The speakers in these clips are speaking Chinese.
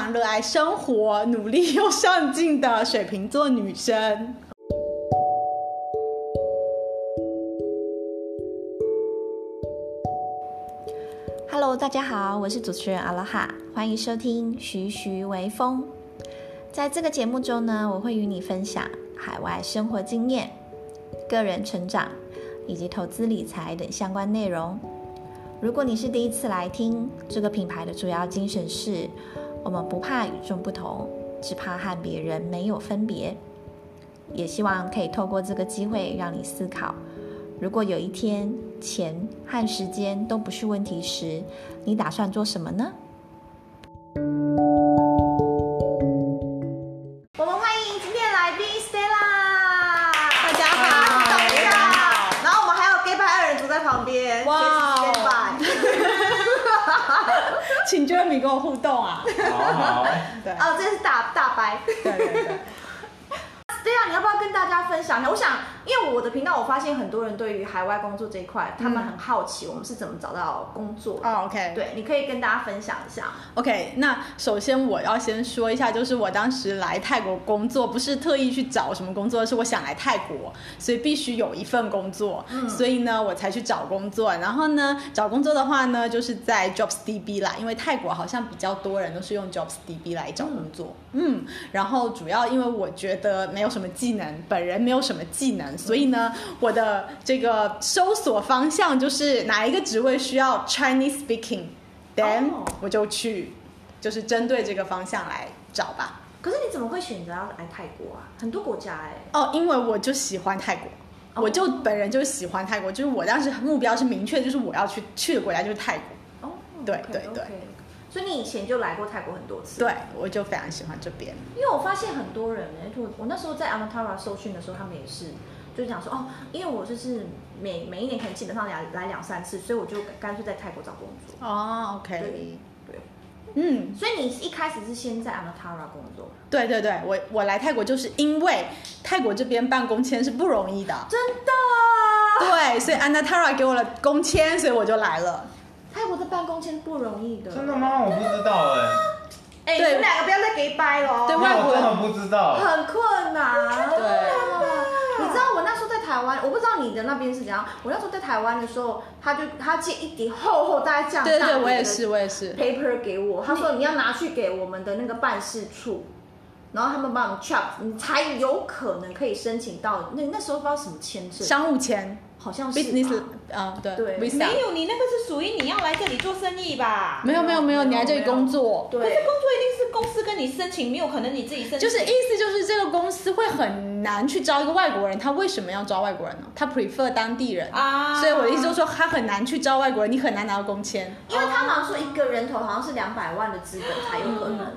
常热爱生活、努力又上进的水瓶座女生。 Hello，大家好，我是主持人阿拉哈，欢迎收听《徐徐微风》。在这个节目中呢，我会与你分享海外生活经验、个人成长以及投资理财等相关内容。如果你是第一次来听，这个品牌的主要精神是：我们不怕与众不同，只怕和别人没有分别。也希望可以透过这个机会让你思考：如果有一天钱和时间都不是问题时，你打算做什么呢？我们欢迎今天来宾 Stella，大家好，等一下，然后我们还有 Gay 派二人组在旁边，哇哦随时 standby 请 Jeremy 跟我互动啊！好好，对哦，这是大大白。对对对， Stella，你要不要跟大家分享一下？我想，因为我的频道，我发现很多人对于海外工作这一块，他们很好奇，我们是怎么找到工作 的。哦、o k 对，你可以跟大家分享一下。 OK，那首先我要先说一下，就是我当时来泰国工作，不是特意去找什么工作，是我想来泰国，所以必须有一份工作，所以呢我才去找工作。然后呢，找工作的话呢，就是在 JobsDB 啦，因为泰国好像比较多人都是用 JobsDB 来找工作。嗯然后主要因为我觉得没有什么技能，本人没有什么技能，所以呢，我的这个搜索方向就是哪一个职位需要 Chinese speaking。then、哦我就去，就是针对这个方向来找吧。可是你怎么会选择要来泰国啊？很多国家哎、哦，因为我就喜欢泰国。哦我就本人就喜欢泰国，就是我当时目标是明确，就是我要去去的国家就是泰国，哦，对 OK，对 OK 对所以你以前就来过泰国很多次。对我就非常喜欢这边。因为我发现很多人呢，就我我那时候在 Amatara 受训的时候，他们也是就讲说哦，因为我就是每每一年可能基本上来来两三次，所以我就干脆在泰国找工作。哦对，OK，对，嗯，所以你一开始是先在 Amatara 工作，对对对，我我来泰国就是因为泰国这边办工签是不容易的，真的？对，所以 Anatara 给我了工签，所以我就来了。泰国的办公签不容易的。真的？吗？我不知道哎、哎、对你们两个不要再给掰了哦。对因为我真的不知道。很困难。对你知道我那时候在台湾，我不知道你的那边是怎样。我那时候在台湾的时候，他就他借一叠厚厚大概这样对大对，叠我也的是，我也是。 paper 给我，他说你要拿去给我们的那个办事处，然后他们帮我们 check，你才有可能可以申请到那那时候不知道什么签证，商务签好像是吧，business，啊，对对，visa 没有，你那个是属于你要来这里做生意吧？没有没有没有，你来这里工作，可是对工作一定是公司跟你申请，没有可能你自己申请。就是意思就是这个公司会很难去招一个外国人，他为什么要招外国人呢？他 prefer 当地人啊所以我的意思就是说他很难去招外国人，你很难拿到工签。因为他好像说一个人头好像是两百万的资本才有可能，哦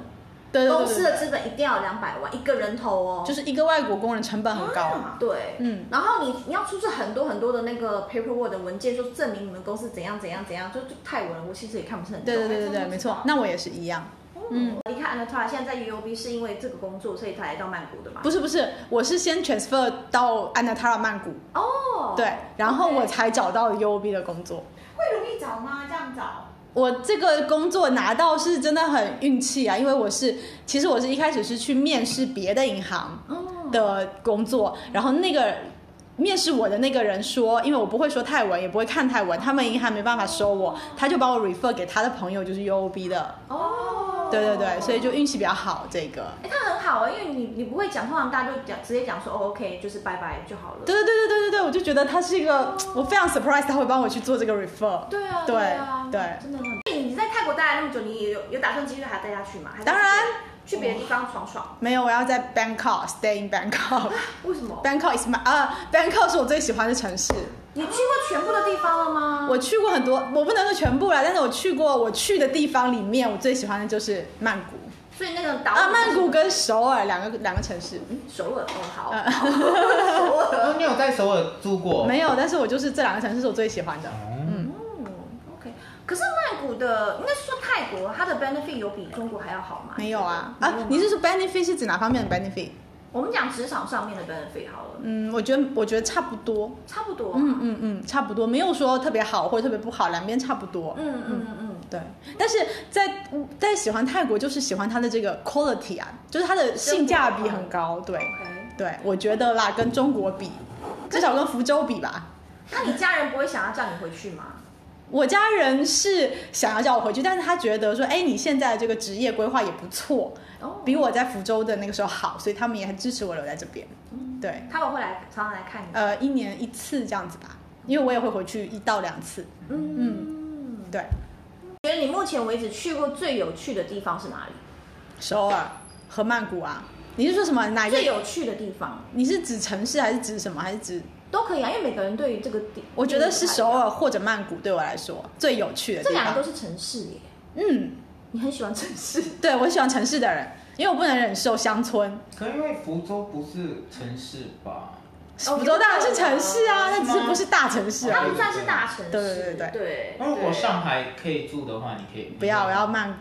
对对对公司的对，资本一定要两百万一个人头哦，就是一个外国工人成本很高。对，嗯嗯，然后你你要出示很多很多的那个 paperwork 的文件，说证明你们公司怎样怎样怎样，就就泰文我其实也看不是很懂。对对对对对，没错，那我也是一样。嗯，离开 Anatara 现在在 UOB 是因为这个工作，所以才来到曼谷的嘛？不是不是，我是先 transfer 到 Anatara 曼谷，哦，对，然后我才找到 UOB 的工作。会容易找吗？这样找？我这个工作拿到是真的很运气啊，因为我是其实我是一开始是去面试别的银行哦的工作，然后那个。面试我的那个人说，因为我不会说泰文，也不会看泰文，他们银行没办法收我，他就把我 refer 给他的朋友，就是 UOB 的，哦，对对对，所以就运气比较好。这个，哎，他很好啊，因为你你不会讲，通常大家就讲直接讲说哦 OK，就是拜拜就好了。对对对对对对对，我就觉得他是一个，我非常 surprise 他会帮我去做这个 refer。对啊，对啊，对真的很。你在泰国待了那么久，你有有打算继续还待下去吗？还是当然去别的地方爽爽。没有，我要在 Bangkok stay in Bangkok。为什么？ Bangkok is my 啊、b a n g k o k 是我最喜欢的城市。你去过全部的地方了吗？我去过很多，我不能说全部啦，但是我去过我去的地方里面，我最喜欢的就是曼谷所以那个岛啊，曼谷跟首尔两个两个城市。嗯首尔哦，好，嗯好首尔哦，你有在首尔住过？哦没有，但是我就是这两个城市是我最喜欢的。嗯，OK。可是曼谷的，应该是说泰国，它的 benefit 有比中国还要好吗？没有啊没有啊吗！你是说 benefit 是指哪方面的 benefit？我们讲职场上面的 benefit 好了，嗯，我觉得我觉得差不多。嗯差不多啊。嗯嗯嗯，差不多，没有说特别好或者特别不好，两边差不多。嗯嗯嗯嗯。对，但是在在喜欢泰国就是喜欢它的这个 quality 啊，就是它的性价比很高。对， OK，对，我觉得啦，跟中国比，至少跟福州比吧。那你家人不会想要叫你回去吗？我家人是想要叫我回去，但是他觉得说，哎，你现在这个职业规划也不错，哦，比我在福州的那个时候好，所以他们也很支持我留在这边。对，他们会来常常来看你。呃，一年一次这样子吧，因为我也会回去一到两次。嗯，对，觉得你目前为止去过最有趣的地方是哪里？首尔和曼谷啊，你是说什么？哪一个最？有趣的地方你是指城市还是指什么？还是指？都可以啊，因为每个人对于这个地，我觉得是首熟。尔或者曼谷对我来说最有趣的这地两个方都。是城市耶，嗯，你很喜欢城市，对我喜欢城市的人，因为我不能忍受乡村。可因为福州不是城市吧？哦福州当然是城市啊，那只是不是大城市它啊吗。不算是大城市。对对对对对那如果上海可以住的话，你可以不要，我要曼谷。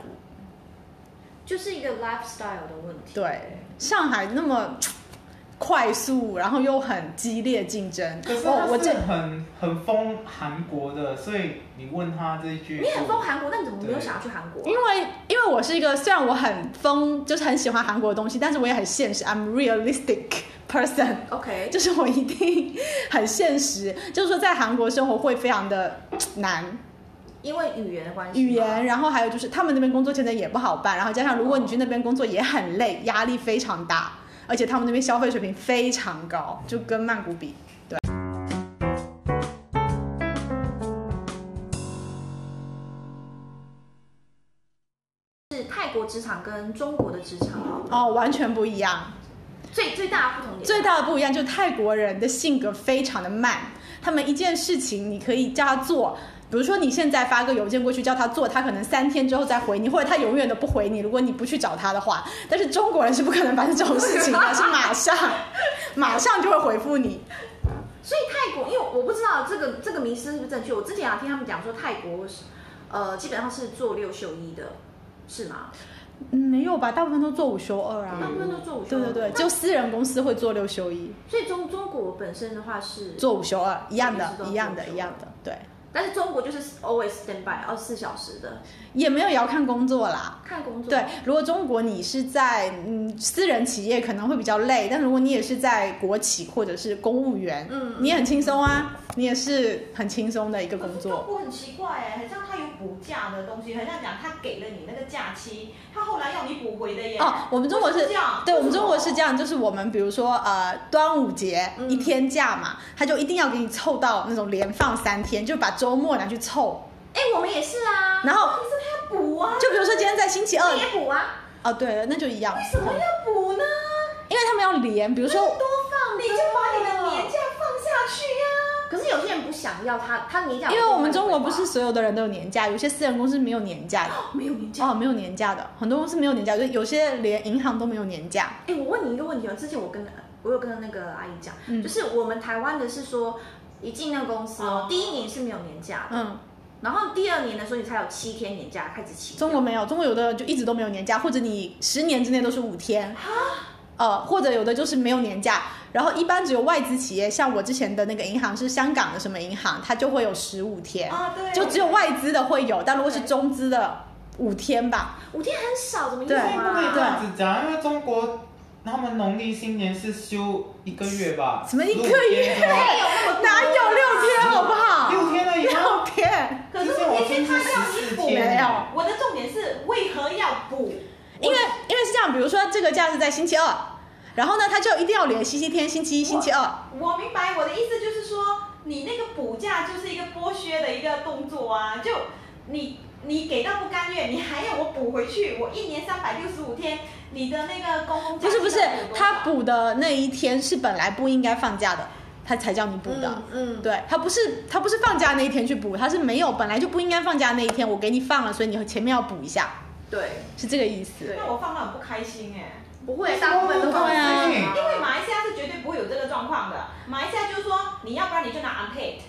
就是一个 lifestyle 的问题。对，上海那么快速，然后又很激烈竞争。可是我他我是这很很疯韩国的，所以你问他这一句，你很疯韩国，那你怎么没有想要去韩国啊？因为因为我是一个虽然我很疯，就是很喜欢韩国的东西，但是我也很现实，I'm realistic person。 OK，就是我一定很现实，就是说在韩国生活会非常的难，因为语言的关系吗，语言，然后还有就是他们那边工作签证也不好办，然后加上如果你去那边工作也很累，压力非常大，而且他们那边消费水平非常高，就跟曼谷比。对。是泰国职场跟中国的职场好了哦，完全不一样。最最大的不同点，最大的不一样就是泰国人的性格非常的慢，他们一件事情你可以叫他做，比如说你现在发个邮件过去叫他做，他可能三天之后再回你，或者他永远都不回你，如果你不去找他的话。但是中国人是不可能发生这种事情的，是马上 马上就会回复你。所以泰国，因为我不知道这个这个迷思是不是正确，我之前啊听他们讲说泰国是，呃，基本上是做六休一的，是吗？嗯没有吧？大部分都做五休二嗯啊。大部分都做午休。对对对，就私人公司会做六休一，所以中中国本身的话是，做五休二，一样的我，知道一样的，做五休二一样的，对，但是中国就是 always stand by 二十四小时的也没有也要看工作啦。看工作。对，如果中国你是在嗯私人企业可能会比较累，但如果你也是在国企或者是公务员，嗯你也很轻松啊，你也是很轻松的一个可工是中作。国很奇怪哎，很像他有补假的东西，很像讲他给了你那个假期，他后来要你补回的耶。哦，我们中国是这样，对，为我们什么中国是这样，就是我们比如说呃端午节嗯一天假嘛，他就一定要给你凑到那种连放三天，就把周末拿去凑。哎、我们也是啊，然后可是他要补啊，就比如说今天在星期二你，也补啊，哦对，那就一样，为什么要补呢？因为他们要连，比如说多放，你就把你的年假放下去呀、可是有些人不想要他，他啊年假，因为我们中国不是所有的人都有年假，有些私人公司没有年假的。没有年假。哦，没有年假的，很多公司没有年假，就有些连银行都没有年假。哎、我问你一个问题哦，之前我跟我有跟那个阿姨讲，嗯就是我们台湾的是说，一进那个公司哦哦，第一年是没有年假的，嗯，然后第二年的时候你才有七天年假开始起。中国没有，中国有的就一直都没有年假，或者你十年之内都是五天。呃，或者有的就是没有年假，然后一般只有外资企业，像我之前的那个银行是香港的什么银行，它就会有十五天，啊！对，就只有外资的会有，但如果是中资的五天吧，五天很少，怎么意思对不可以这啊？样子讲，因为中国他们农历新年是休一个月吧？什么一个月啊15天是吧没有那么多哪有六天好不好？六天而 已六吗？天。可是之前问我题听是他是要十你四补，天，没有我的重点是为何要补？因为因为是这样，比如说这个假是在星期二，然后呢，它就一定要连星期天、星期一、星期二。我明白我的意思就是说，你那个补假就是一个剥削的一个动作啊，就你你给到不甘愿，你还要我补回去，我一年三百六十五天，你的那个公共假不是不是期到底有，多少他补的那一天是本来不应该放假的，他才叫你补的。嗯，对他不是他不是放假那一天去补，他是没有本来就不应该放假那一天，我给你放了，所以你前面要补一下，对是这个意思。对，那我放到很不开心哎、不会，大部分都放对啊因为马来西亚是绝对不会有这个状况的。马来西亚就是说，你要不然你就拿 unpaid，、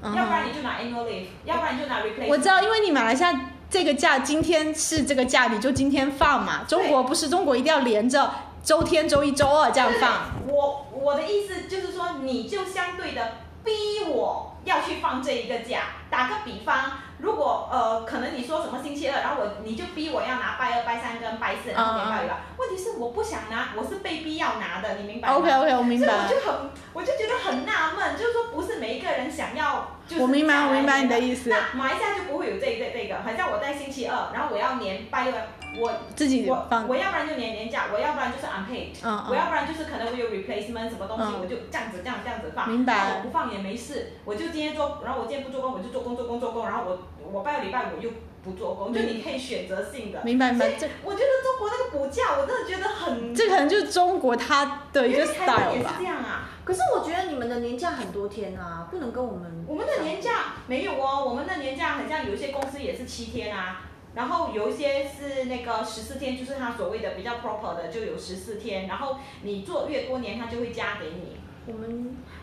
嗯要不然你就拿 annual leave，要不然你就拿 replace。我知道，因为你马来西亚这个假今天是这个假，你就今天放嘛。中国不是中国一定要连着周天、周一周二这样放。我我的意思就是说，你就相对的逼我要去放这一个假。打个比方，如果呃，可能你说什么星期二，然后我你就逼我要拿拜二、拜三跟拜四，然嗯后嗯年报一个。问题是我不想拿，我是被逼要拿的，你明白吗 OK OK，我明所以白我。就很，我就觉得很纳闷，就是说不是每一个人想要，就是我明白下来我明白你的意思那马来西亚就不会有这这这个，好像我在星期二，然后我要年拜六，我自己我放我要不然就年年假，我要不然就是 unpaid，、嗯我要不然就是可能我有 replacement 什么东西，嗯我就这样子这样这样子放。明白然后我不放也没事，我就今天做，然后我今天不做工，我就做工做工做工，然后我我拜个礼拜我又不做工，就明你可以选择性的。嗯明白明白，这我觉得中国那个补假，我真的觉得很。这可能就是中国它的一因为个台湾 style 也是吧这。样啊。可是我觉得你们的年假很多天啊，不能跟我们我们的年假没有哦，我们的年假很像有一些公司也是七天啊，然后有一些是那个十四天，就是他所谓的比较 proper 的就有十四天，然后你做越多年，他就会加给你。我们，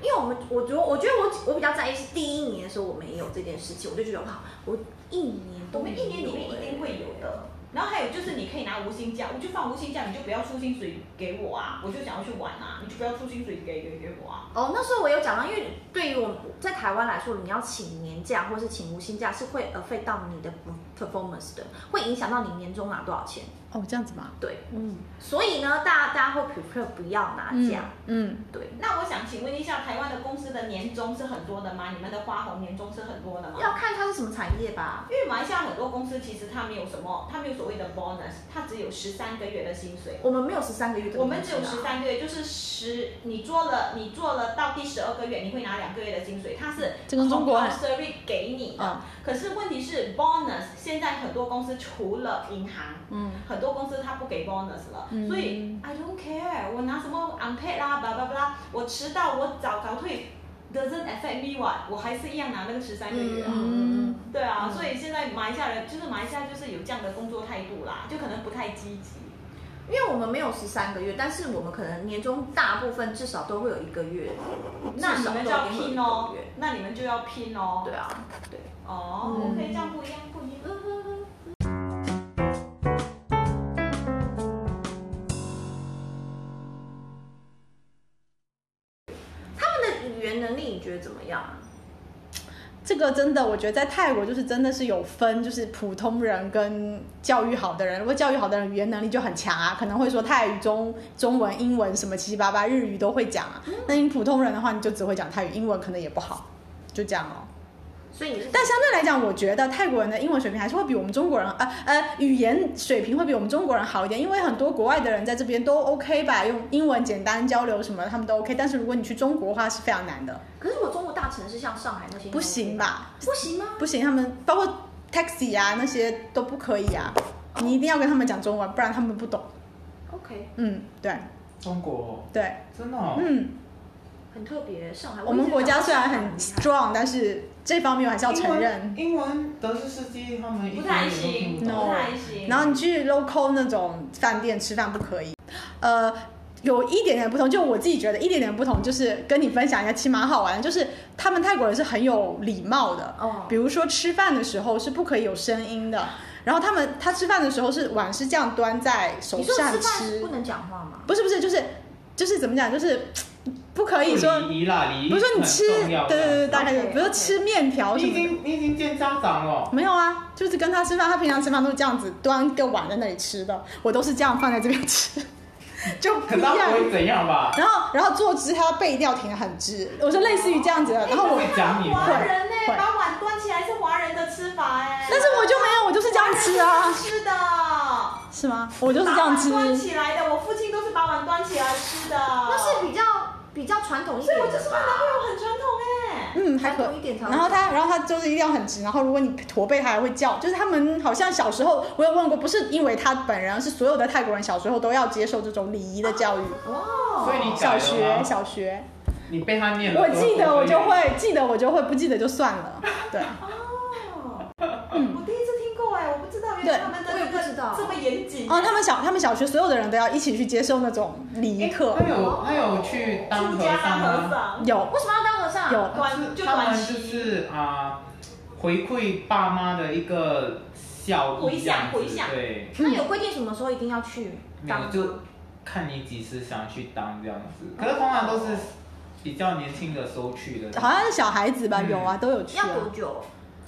因为我们我觉得我觉得我我比较在意是第一年的时候我没有这件事情，我就觉得哇，我一年我都欸们一年里面一定会有的。然后还有就是你可以拿无薪假，我就放无薪假，你就不要出薪水给我啊，我就想要去玩啊，你就不要出薪水给给给我啊。哦，那时候我有讲到，因为对于我们在台湾来说，你要请年假或是请无薪假是会 affect 到你的 performance 的，会影响到你年终拿多少钱。哦，这样子吗？对，嗯所以呢，大家大家会 prefer 不要拿嗯假。嗯，对，那我想请问一下，台湾的公司的年终是很多的吗？你们的花红年终是很多的吗？要看它是什么产业吧。因为马来西亚很多公司其实它没有什么，它没有所谓的 bonus，它只有十三个月的薪水。我们没有十三个月的我东西啊，们只有十三个月，就是十，你做了，你做了到第十二个月，你会拿两个月的薪水，它是这跟中国很 compulsory 给你的。嗯可是问题是 bonus，现在很多公司除了银行，嗯，很多公司它不给 bonus 了，嗯所以 I don't care，我拿什么 unpaid 啦，blah blah blah，我迟到，我早早退，doesn't affect me what，我还是一样拿那个十三个月啊。嗯对啊，所以现在马来西亚人就是马来西亚就是有这样的工作态度啦，就可能不太积极。因为我们没有十三个月，但是我们可能年终大部分至少都会有一个月，那至你少们都就要一定会有一拼个哦月，那你们就要拼哦。对啊，对。哦、嗯 o k 这样不一样，不一样。他们的语言能力你觉得怎么样啊？这个真的，我觉得在泰国就是真的是有分，就是普通人跟教育好的人。如果教育好的人语言能力就很强啊，可能会说泰语、中中文、英文什么七七八八，日语都会讲啊。那你普通人的话，你就只会讲泰语，英文可能也不好，就这样哦。所以你是但相对来讲，我觉得泰国人的英文水平还是会比我们中国人，呃呃，语言水平会比我们中国人好一点，因为很多国外的人在这边都 OK 吧，用英文简单交流什么的，他们都 OK。但是如果你去中国的话，是非常难的，可是我中国大城市像上海那些不行？吧？不行吗？不行，他们包括 taxi 啊那些都不可以啊，你一定要跟他们讲中文，不然他们不懂。 OK，嗯，对中国对，真的、哦，嗯，很特别，上海。我们国家虽然啊我很一直想 strong，但是这方面我还是要英承文认。英文德式司机他们不一太点都听行，不懂，no 不太行。然后你去 local 那种饭店吃饭不可以，呃，有一点点不同，就我自己觉得一点点不同，就是跟你分享一下，其实蛮好玩的，就是他们泰国人是很有礼貌的，哦比如说吃饭的时候是不可以有声音的，然后他们他吃饭的时候是碗是这样端在手你说上吃饭是吃不，能讲话吗？不是不是，就是就是怎么讲，就是不可以说，礼仪啦，礼仪比如说你吃，很重对要对对对，的。大概就， OK，比如说吃面条什你已么的。经你已经见家长了，没有啊，就是跟他吃饭，他平常吃饭都是这样子端一个碗在那里吃的，我都是这样放在这边吃，就不可一他样。不会怎样吧？然后，然后坐姿他要背调挺得很直，我说类似于这样子的。然后 我，会讲你吗华人呢、会把碗端起来是华人的吃法哎、但是我就没有，我就是这样吃啊，是的，是吗？我就是这样吃把。碗端起来的，我父亲都是把碗端起来吃的。那那是比较比较传统一哦所以点的我吧，就说南国人很传统哎、嗯，还可传统一点才会然后他，然后他就是一定要很直。然后如果你驼背，他还会叫。就是他们好像小时候，我有问过，不是因为他本人，是所有的泰国人小时候都要接受这种礼仪的教育。哦，所以你改小了学，吗小学。你被他念了我多记得久我就了会，记得我就会，不记得就算了。 对，哦，我第一次听过哎、我不知道原来对他们的我也不这个知道这么严谨。哦，他们小他们小学所有的人都要一起去接受那种礼仪课他，有他有去当出和家尚和吗？尚。有为什么要当和尚？有他是短就他短们期就是啊、回馈爸妈的一个效益回这样向子回向对，那有规定什么时候一定要去没有当？就看你几时想去当这样子。哦可是通常都是比较年轻的时候去的，好像是小孩子吧，嗯有啊，都有去啊要。多久？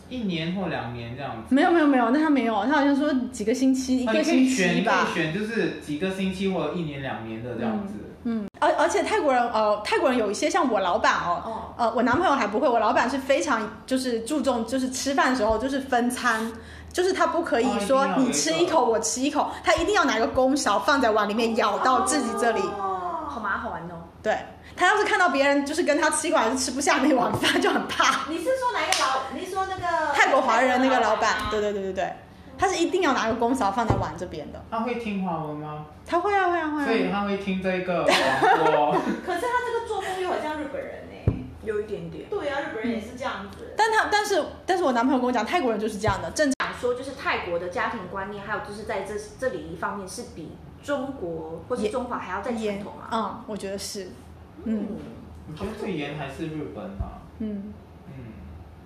一年或两年这样子。没有没有没有，那他没有，他好像说几个星期一啊你个可以星选，期你可吧以。选就是几个星期或者一年两年的这样子。嗯，而而且泰国人呃，泰国人有一些像我老板哦，哦呃，我男朋友还不会，我老板是非常就是注重就是吃饭的时候就是分餐。就是他不可以哦一定说要有你一吃个一口我吃一口，他一定要拿个公勺放在碗里面舀哦到自己这里。好哦，麻烦哦。对他要是看到别人就是跟他吃一口还是吃不下那碗饭就很怕。你是说哪一个老？你是说那个泰国华人那个老板， 对对。对对对对，他是一定要拿个公勺放在碗这边的。他会听华文吗？他会啊会啊所会以啊，他会听这个广播。 可是他这个作风又很像日本人呢、有一点点。对啊，日本人也是这样子。但他但是但是我男朋友跟我讲，泰国人就是这样的，正想说就是泰国的家庭观念，还有就是在这这礼仪方面是比中国或是中华还要再常传严统啊。嗯，我觉得是，嗯你觉得最严还是日本啊？嗯，嗯，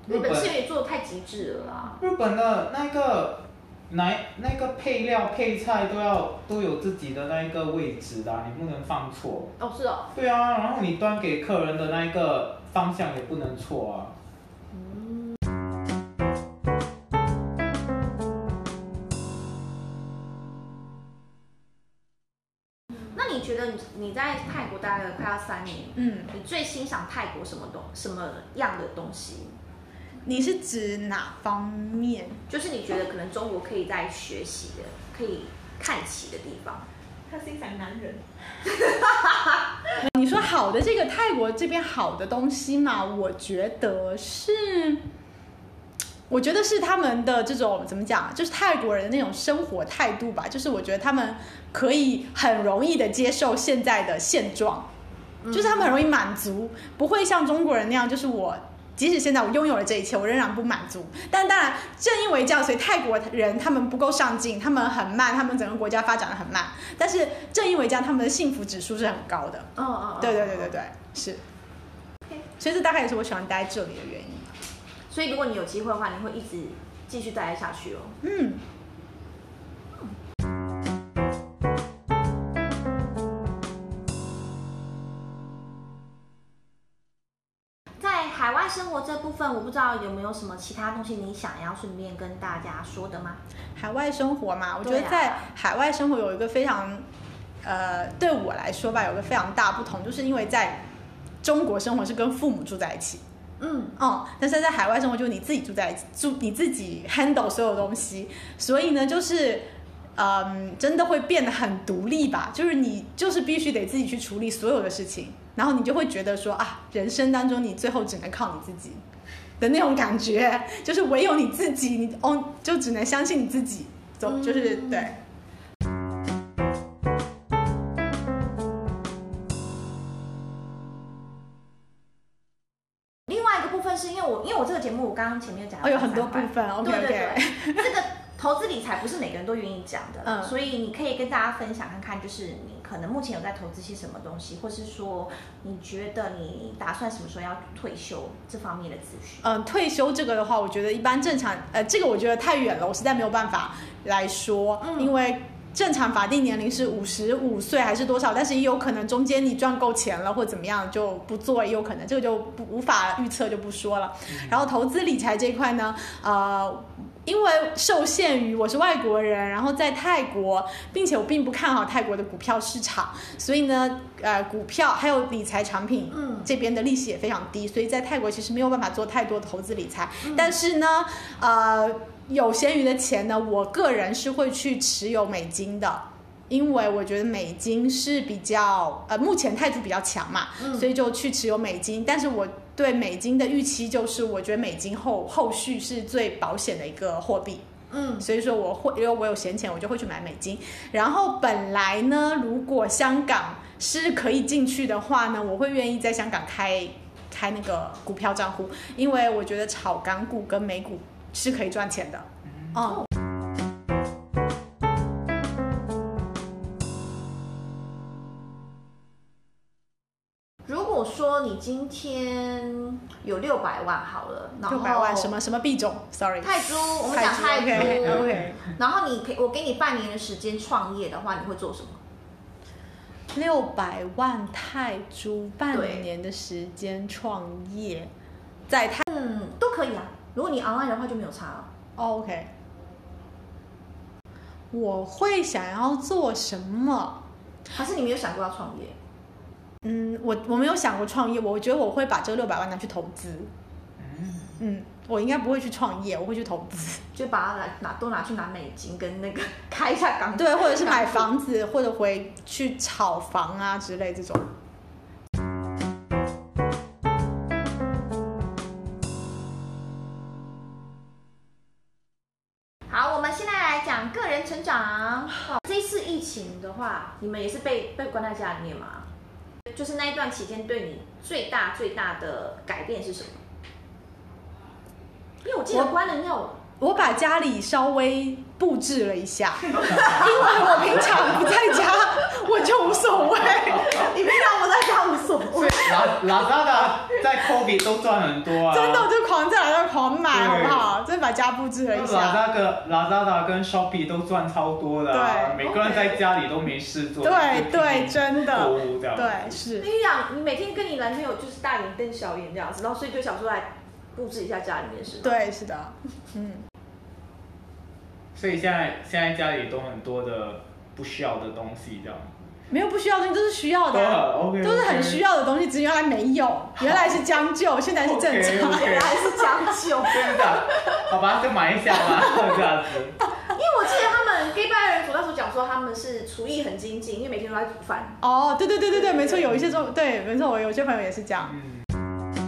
日本是也做的太极致了啊啦。日本的那个奶那个配料配菜都要都有自己的那一个位置的啊、你不能放错。哦，是哦。对啊，然后你端给客人的那一个方向也不能错啊。那你觉得你你在泰国待了快要三年，嗯，你最欣赏泰国什么东什么样的东西？你是指哪方面？就是你觉得可能中国可以在学习的，可以看齐的地方。他欣赏男人，你说好的这个泰国这边好的东西嘛，我觉得是，我觉得是他们的这种怎么讲，啊就是泰国人的那种生活态度吧，就是我觉得他们可以很容易的接受现在的现状，就是他们很容易满足，不会像中国人那样，就是我。即使现在我拥有了这一切，我仍然不满足。但当然，正因为这样，所以泰国人他们不够上进，他们很慢，他们整个国家发展的很慢。但是正因为这样，他们的幸福指数是很高的。嗯嗯对对对对。对，是。所以这大概也是我喜欢待这里的原因。所以如果你有机会的话，你会一直继续待下去哦。嗯，在海外生活这部分，我不知道有没有什么其他东西你想要顺便跟大家说的吗？海外生活嘛，我觉对得啊在海外生活有一个非常，呃，对我来说吧，有一个非常大不同，就是因为在中国生活是跟父母住在一起，嗯，嗯，但是在海外生活就是你自己住在一起住，你自己 handle 所有东西，所以呢，就是。嗯，真的会变得很独立吧？就是你就是必须得自己去处理所有的事情，然后你就会觉得说啊，人生当中你最后只能靠你自己的那种感觉，就是唯有你自己，你哦就只能相信你自己，走就是嗯对。另外一个部分是因为我，因为我这个节目我刚刚前面讲了哦，有很多部三块分，OK 对对 OK，对， 这个投资理财不是每个人都愿意讲的，嗯所以你可以跟大家分享看看，就是你可能目前有在投资些什么东西，或是说你觉得你打算什么时候要退休这方面的资讯。嗯，退休这个的话，我觉得一般正常，呃，这个我觉得太远了，我实在没有办法来说，嗯因为正常法定年龄是五十五岁还是多少，但是也有可能中间你赚够钱了或怎么样就不做，也有可能，这个就不无法预测就不说了。嗯然后投资理财这一块呢，呃。因为受限于我是外国人，然后在泰国，并且我并不看好泰国的股票市场，所以呢，呃，股票还有理财产品，嗯这边的利息也非常低，所以在泰国其实没有办法做太多的投资理财。嗯但是呢，呃，有闲余的钱呢，我个人是会去持有美金的。因为我觉得美金是比较呃，目前泰铢比较强嘛，嗯所以就去持有美金。但是我对美金的预期就是，我觉得美金后后续是最保险的一个货币。嗯所以说我会，因为我有闲钱，我就会去买美金。然后本来呢，如果香港是可以进去的话呢，我会愿意在香港开开那个股票账户，因为我觉得炒港股跟美股是可以赚钱的。嗯哦、如果说你今天有六百万好了，然后六百万什么什么币种？Sorry，哦泰铢，我们讲泰铢。嗯 OK OK，然后你可以，我给你半年的时间创业的话，你会做什么？六百万泰铢，半对年的时间创业，在泰嗯，都可以啊。如果你 online 的话就没有差了。哦 OK，我会想要做什么？还是你没有想过要创业？嗯，我我没有想过创业，我觉得我会把这六百万拿去投资。嗯，我应该不会去创业，我会去投资。就把它拿拿都拿去拿美金跟那个 开一下港对，或者是买房子，或者回去炒房啊之类这种。好，我们现在来讲个人成长。好这一次疫情的话，你们也是被被关在家里面吗？就是那一段期间对你最大最大的改变是什么？因为我记得我关了你有我把家里稍微布置了一下，因为我平常 不在家，我就无所谓。你平常不在家无所 谓，拉拉萨达嗯在 Kobe 都赚很多啊，真的我就狂在哪就狂买，好对不好？真的把家布置了一拉下。萨跟拉萨达跟 Shopee 都赚超多的、啊，对每个人在家里都没事做，对对，就拼真命购的，物这样，对是。跟你讲，你每天跟你男朋友就是大眼瞪小眼这样子，然后所以就想说来布置一下家里面是吗？对，是的，嗯，所以现在现在家里都很多的不需要的东西这样，没有不需要的东西都是需要的啊，哦，OK，都是很需要。要的东西，只是原来没有，原来是将就， 现在是正常。 OK，OK 原来是将就。真的，啊 好吧，就买一下吧， 这样子。因为我记得他们 gay 拜人组那时候讲说他们是厨艺很精进，因为每天都在煮饭。哦，对对对对对，没错，有一些中对，没错，我有些朋友也是这样。嗯，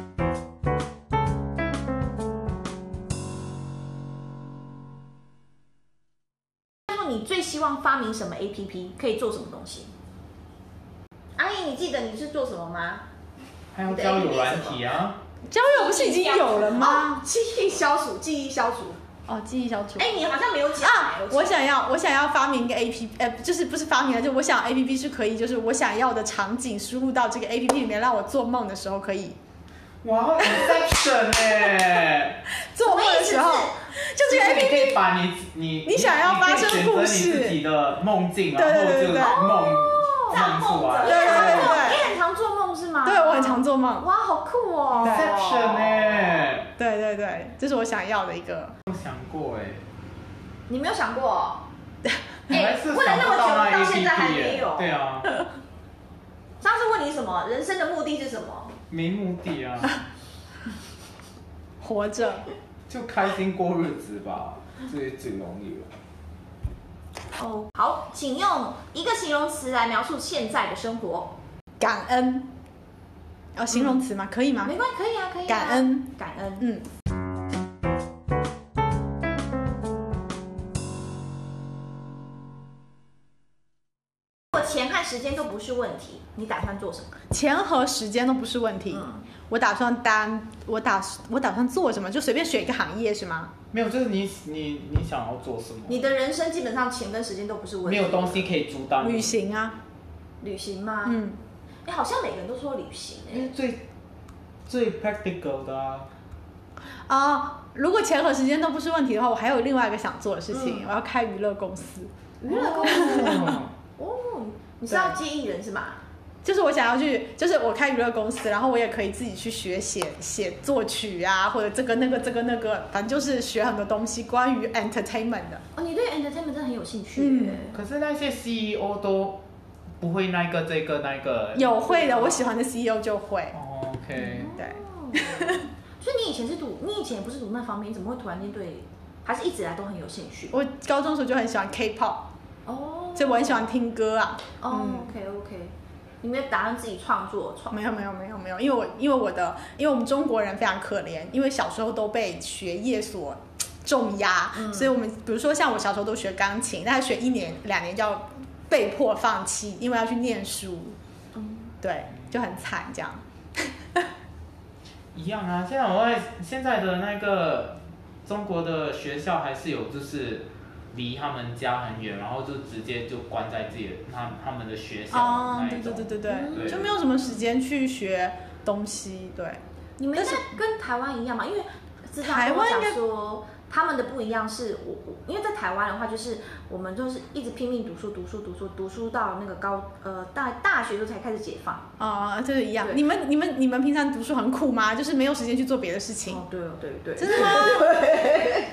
那么你最希望发明什么 APP？可以做什么东西？阿姨，你记得你是做什么吗？还有交友软体啊，交友不是已经有了吗？哦，记忆消除，记忆消除。哦，记忆消除。哎，你好像没有讲啊哎。记得我想要，我想要发明一个 A P P，呃，就是不是发明了，就我想 A P P 是可以，就是我想要的场景输入到这个 A P P 里面，让我做梦的时候可以哇，Inception 哎，做梦的时候什么，就这个 A 就是你 P 可 P 以把你你你想要发生故你可以选择你自己的梦境，对然对后对就对对梦造梦梦出来。者对对对对你很常哦做梦是吗？对我很。常做欸梦，哇，好酷哦！ Inception 哎，对对对，这是我想要的一个。 没有想过哎，你没有想过哦？你还是哎问了想那不么久，到那到现在还 APP 没耶有。对。啊，上次问你什么？人生的目的是什么？没目的 啊，活着，就开心过日子吧，这是最容易了。哦，好，请用一个形容词来描述现在的生活。感恩，哦，形容词吗？可以吗嗯没？关系，可以啊，可以、啊。感，恩，感恩。嗯，如果钱和时间都不是问题，你打算做什么？钱和时间都不是问题。嗯，我打算当，我打我打算做什么？就随便选一个行业是吗？没有，就是你你你想要做什么？你的人生基本上钱跟时间都不是问题。没有东西可以阻挡你旅，行啊，旅行吗？嗯，嗯，哎，好像每个人都说旅行哎、因为最最 practical 的啊，啊、如果钱和时间都不是问题的话，我还有另外一个想做的事情，嗯我要开娱乐公司，娱乐公司嗯哦，你是要接艺人是吗？就是我想要去，就是我开娱乐公司，然后我也可以自己去学写写作曲啊，或者这个那个这个那个，反正就是学很多东西关于 entertainment 的。哦，你对 entertainment 真的很有兴趣、嗯哎可是那些 CEO 都不会那个这个那个。有会嗯的，我喜欢的 CEO 就会。哦 OK，对，哦所以你以前是读，你以前也不是读那方面，你怎么会突然间对，还是一直以来都很有兴趣？我高中的时候就很喜欢 K-pop，哦，所以我很喜欢听歌啊。哦，OK OK，你没有打算自己创作创？没有没有没有没有，因为我因为我的因为我们中国人非常可怜，因为小时候都被学业所重压，所以我们比如说像我小时候都学钢琴，但是学一年两年就要被迫放弃，因为要去念书，嗯，对，就很惨这样。一样啊。现在我在现在的那个中国的学校还是有就是。离他们家很远，然后就直接就关在自己的他他们的学校哦，那对一对种。对对对对，就没有什么时间去学东西，对。你们但是在跟台湾一样嘛？因为之前台湾跟我应该讲说，他们的不一样是我我，因为在台湾的话，就是我们就是一直拼命读书，读书，读书，读书到那个高呃大大学的时候才开始解放。哦，就是一样。对你们、你们、你们平常读书很苦吗？就是没有时间去做别的事情？哦，对哦，对对，真的吗？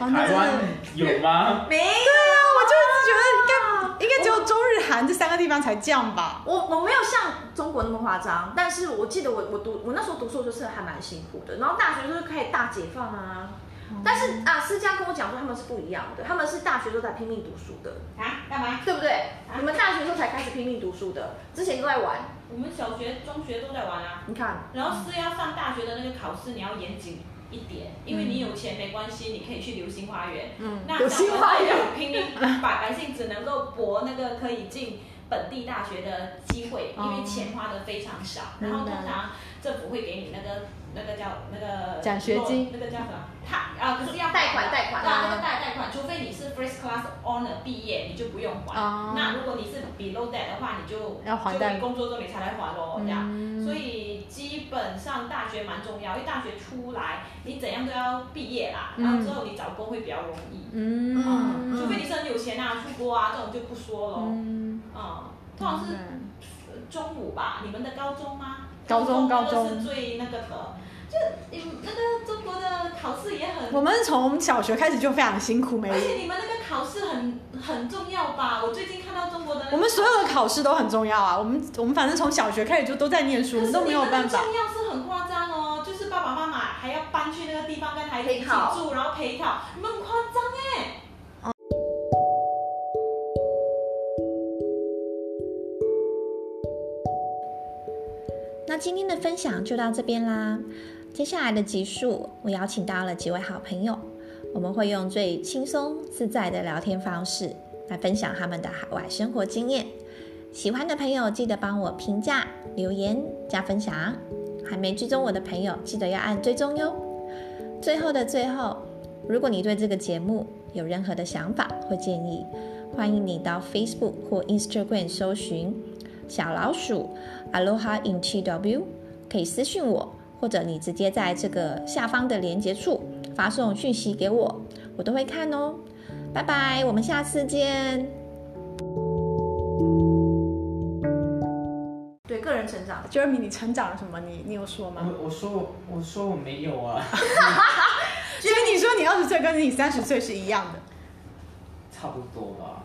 哦，那台真的，湾有吗？没有，我就一直觉得应该应该只有中日韩这三个地方才这样吧。我我没有像中国那么夸张，但是我记得我我读我那时候读书就是还蛮辛苦的，然后大学就是开始大解放啊。哦但是啊，思佳跟我讲说他们是不一样的，他们是大学都在拼命读书的，啊，干嘛？对不对？你们大学的时候才开始拼命读书的，之前都在玩。我们小学、中学都在玩啊，你看，然后是要上大学的那个考试，你要严谨一点，因为你有钱没关系，你可以去流星花园。嗯，那流星花园我们拼命百百姓只能够博那个可以进本地大学的机会，哦因为钱花的非常少，然后通常政府会给你那个那个叫那个奖学金，那个叫什么？他啊，可是要贷款贷款对啊，嗯那个贷贷款，除非你是 first class honor 毕业，你就不用还。哦那如果你是 below that 的话，你就要还就贷你工作之后你才来还咯，这样。嗯所以基本上大学蛮重要，因为大学出来你怎样都要毕业啦，然后之后你找工会比较容易。啊嗯除非你是很有钱啊，出国啊这种就不说了。嗯，嗯，通常是呃中午吧，你们的高中吗？高中高高中是最那个的，就你们那个中国的考试也很我，们从小学开始就非常辛苦，没而且你们那个考试很很重要吧？我最近看到中国的那个，我们所有的考试都很重要啊。我们我们反正从小学开始就都在念书，我可是们都没有办法你。们那个重要是很夸张哦，就是爸爸妈妈还要搬去那个地方跟孩子一起陪考住，然后陪考，你们很夸张哎、那今天的分享就到这边啦。接下来的集数，我邀请到了几位好朋友，我们会用最轻松自在的聊天方式来分享他们的海外生活经验。喜欢的朋友记得帮我评价、留言、加分享。还没追踪我的朋友，记得要按追踪哟。最后的最后，如果你对这个节目有任何的想法或建议，欢迎你到 Facebook 或 Instagram 搜寻“小老鼠 Aloha in TW”，可以私信我，或者你直接在这个下方的连接处发送讯息给我，我都会看哦。拜拜，我们下次见。对个人成长 Jeremy，你成长了什么？你你有说吗？我我说我我说我没有啊，所以你说你二十岁跟你三十岁是一样的。差不多吧。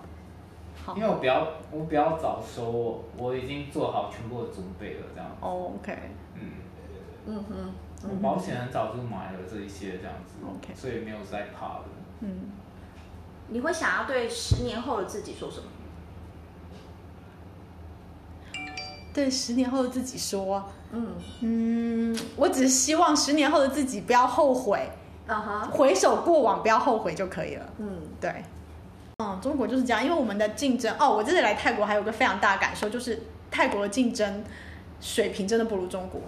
好因为我比较我比较早熟，我已经做好全部的准备了，这样。哦 OK，嗯，嗯哼，我保险很早就买了这一些这样子 OK 所以没有在怕的。嗯，你会想要对十年后的自己说什么？对，十年后的自己说，嗯，嗯，我只希望十年后的自己不要后悔，啊哈，回首过往不要后悔就可以了。嗯，对，嗯，中国就是这样，因为我们的竞争哦，我这次来泰国还有个非常大的感受，就是泰国的竞争水平真的不如中国，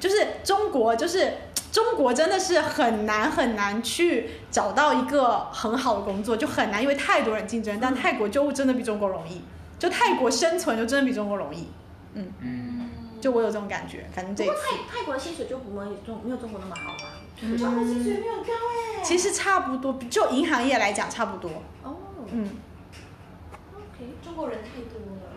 就是中国就是。中国真的是很难很难去找到一个很好的工作，就很难，因为太多人竞争。但泰国就真的比中国容易，就泰国生存就真的比中国容易。嗯，就我有这种感觉，反正这不一过次泰泰国的薪水就不没有中没有中国那么好吧？中国薪水没有高哎、其实差不多，就银行业来讲差不多。哦嗯， ，OK，中国人太多了。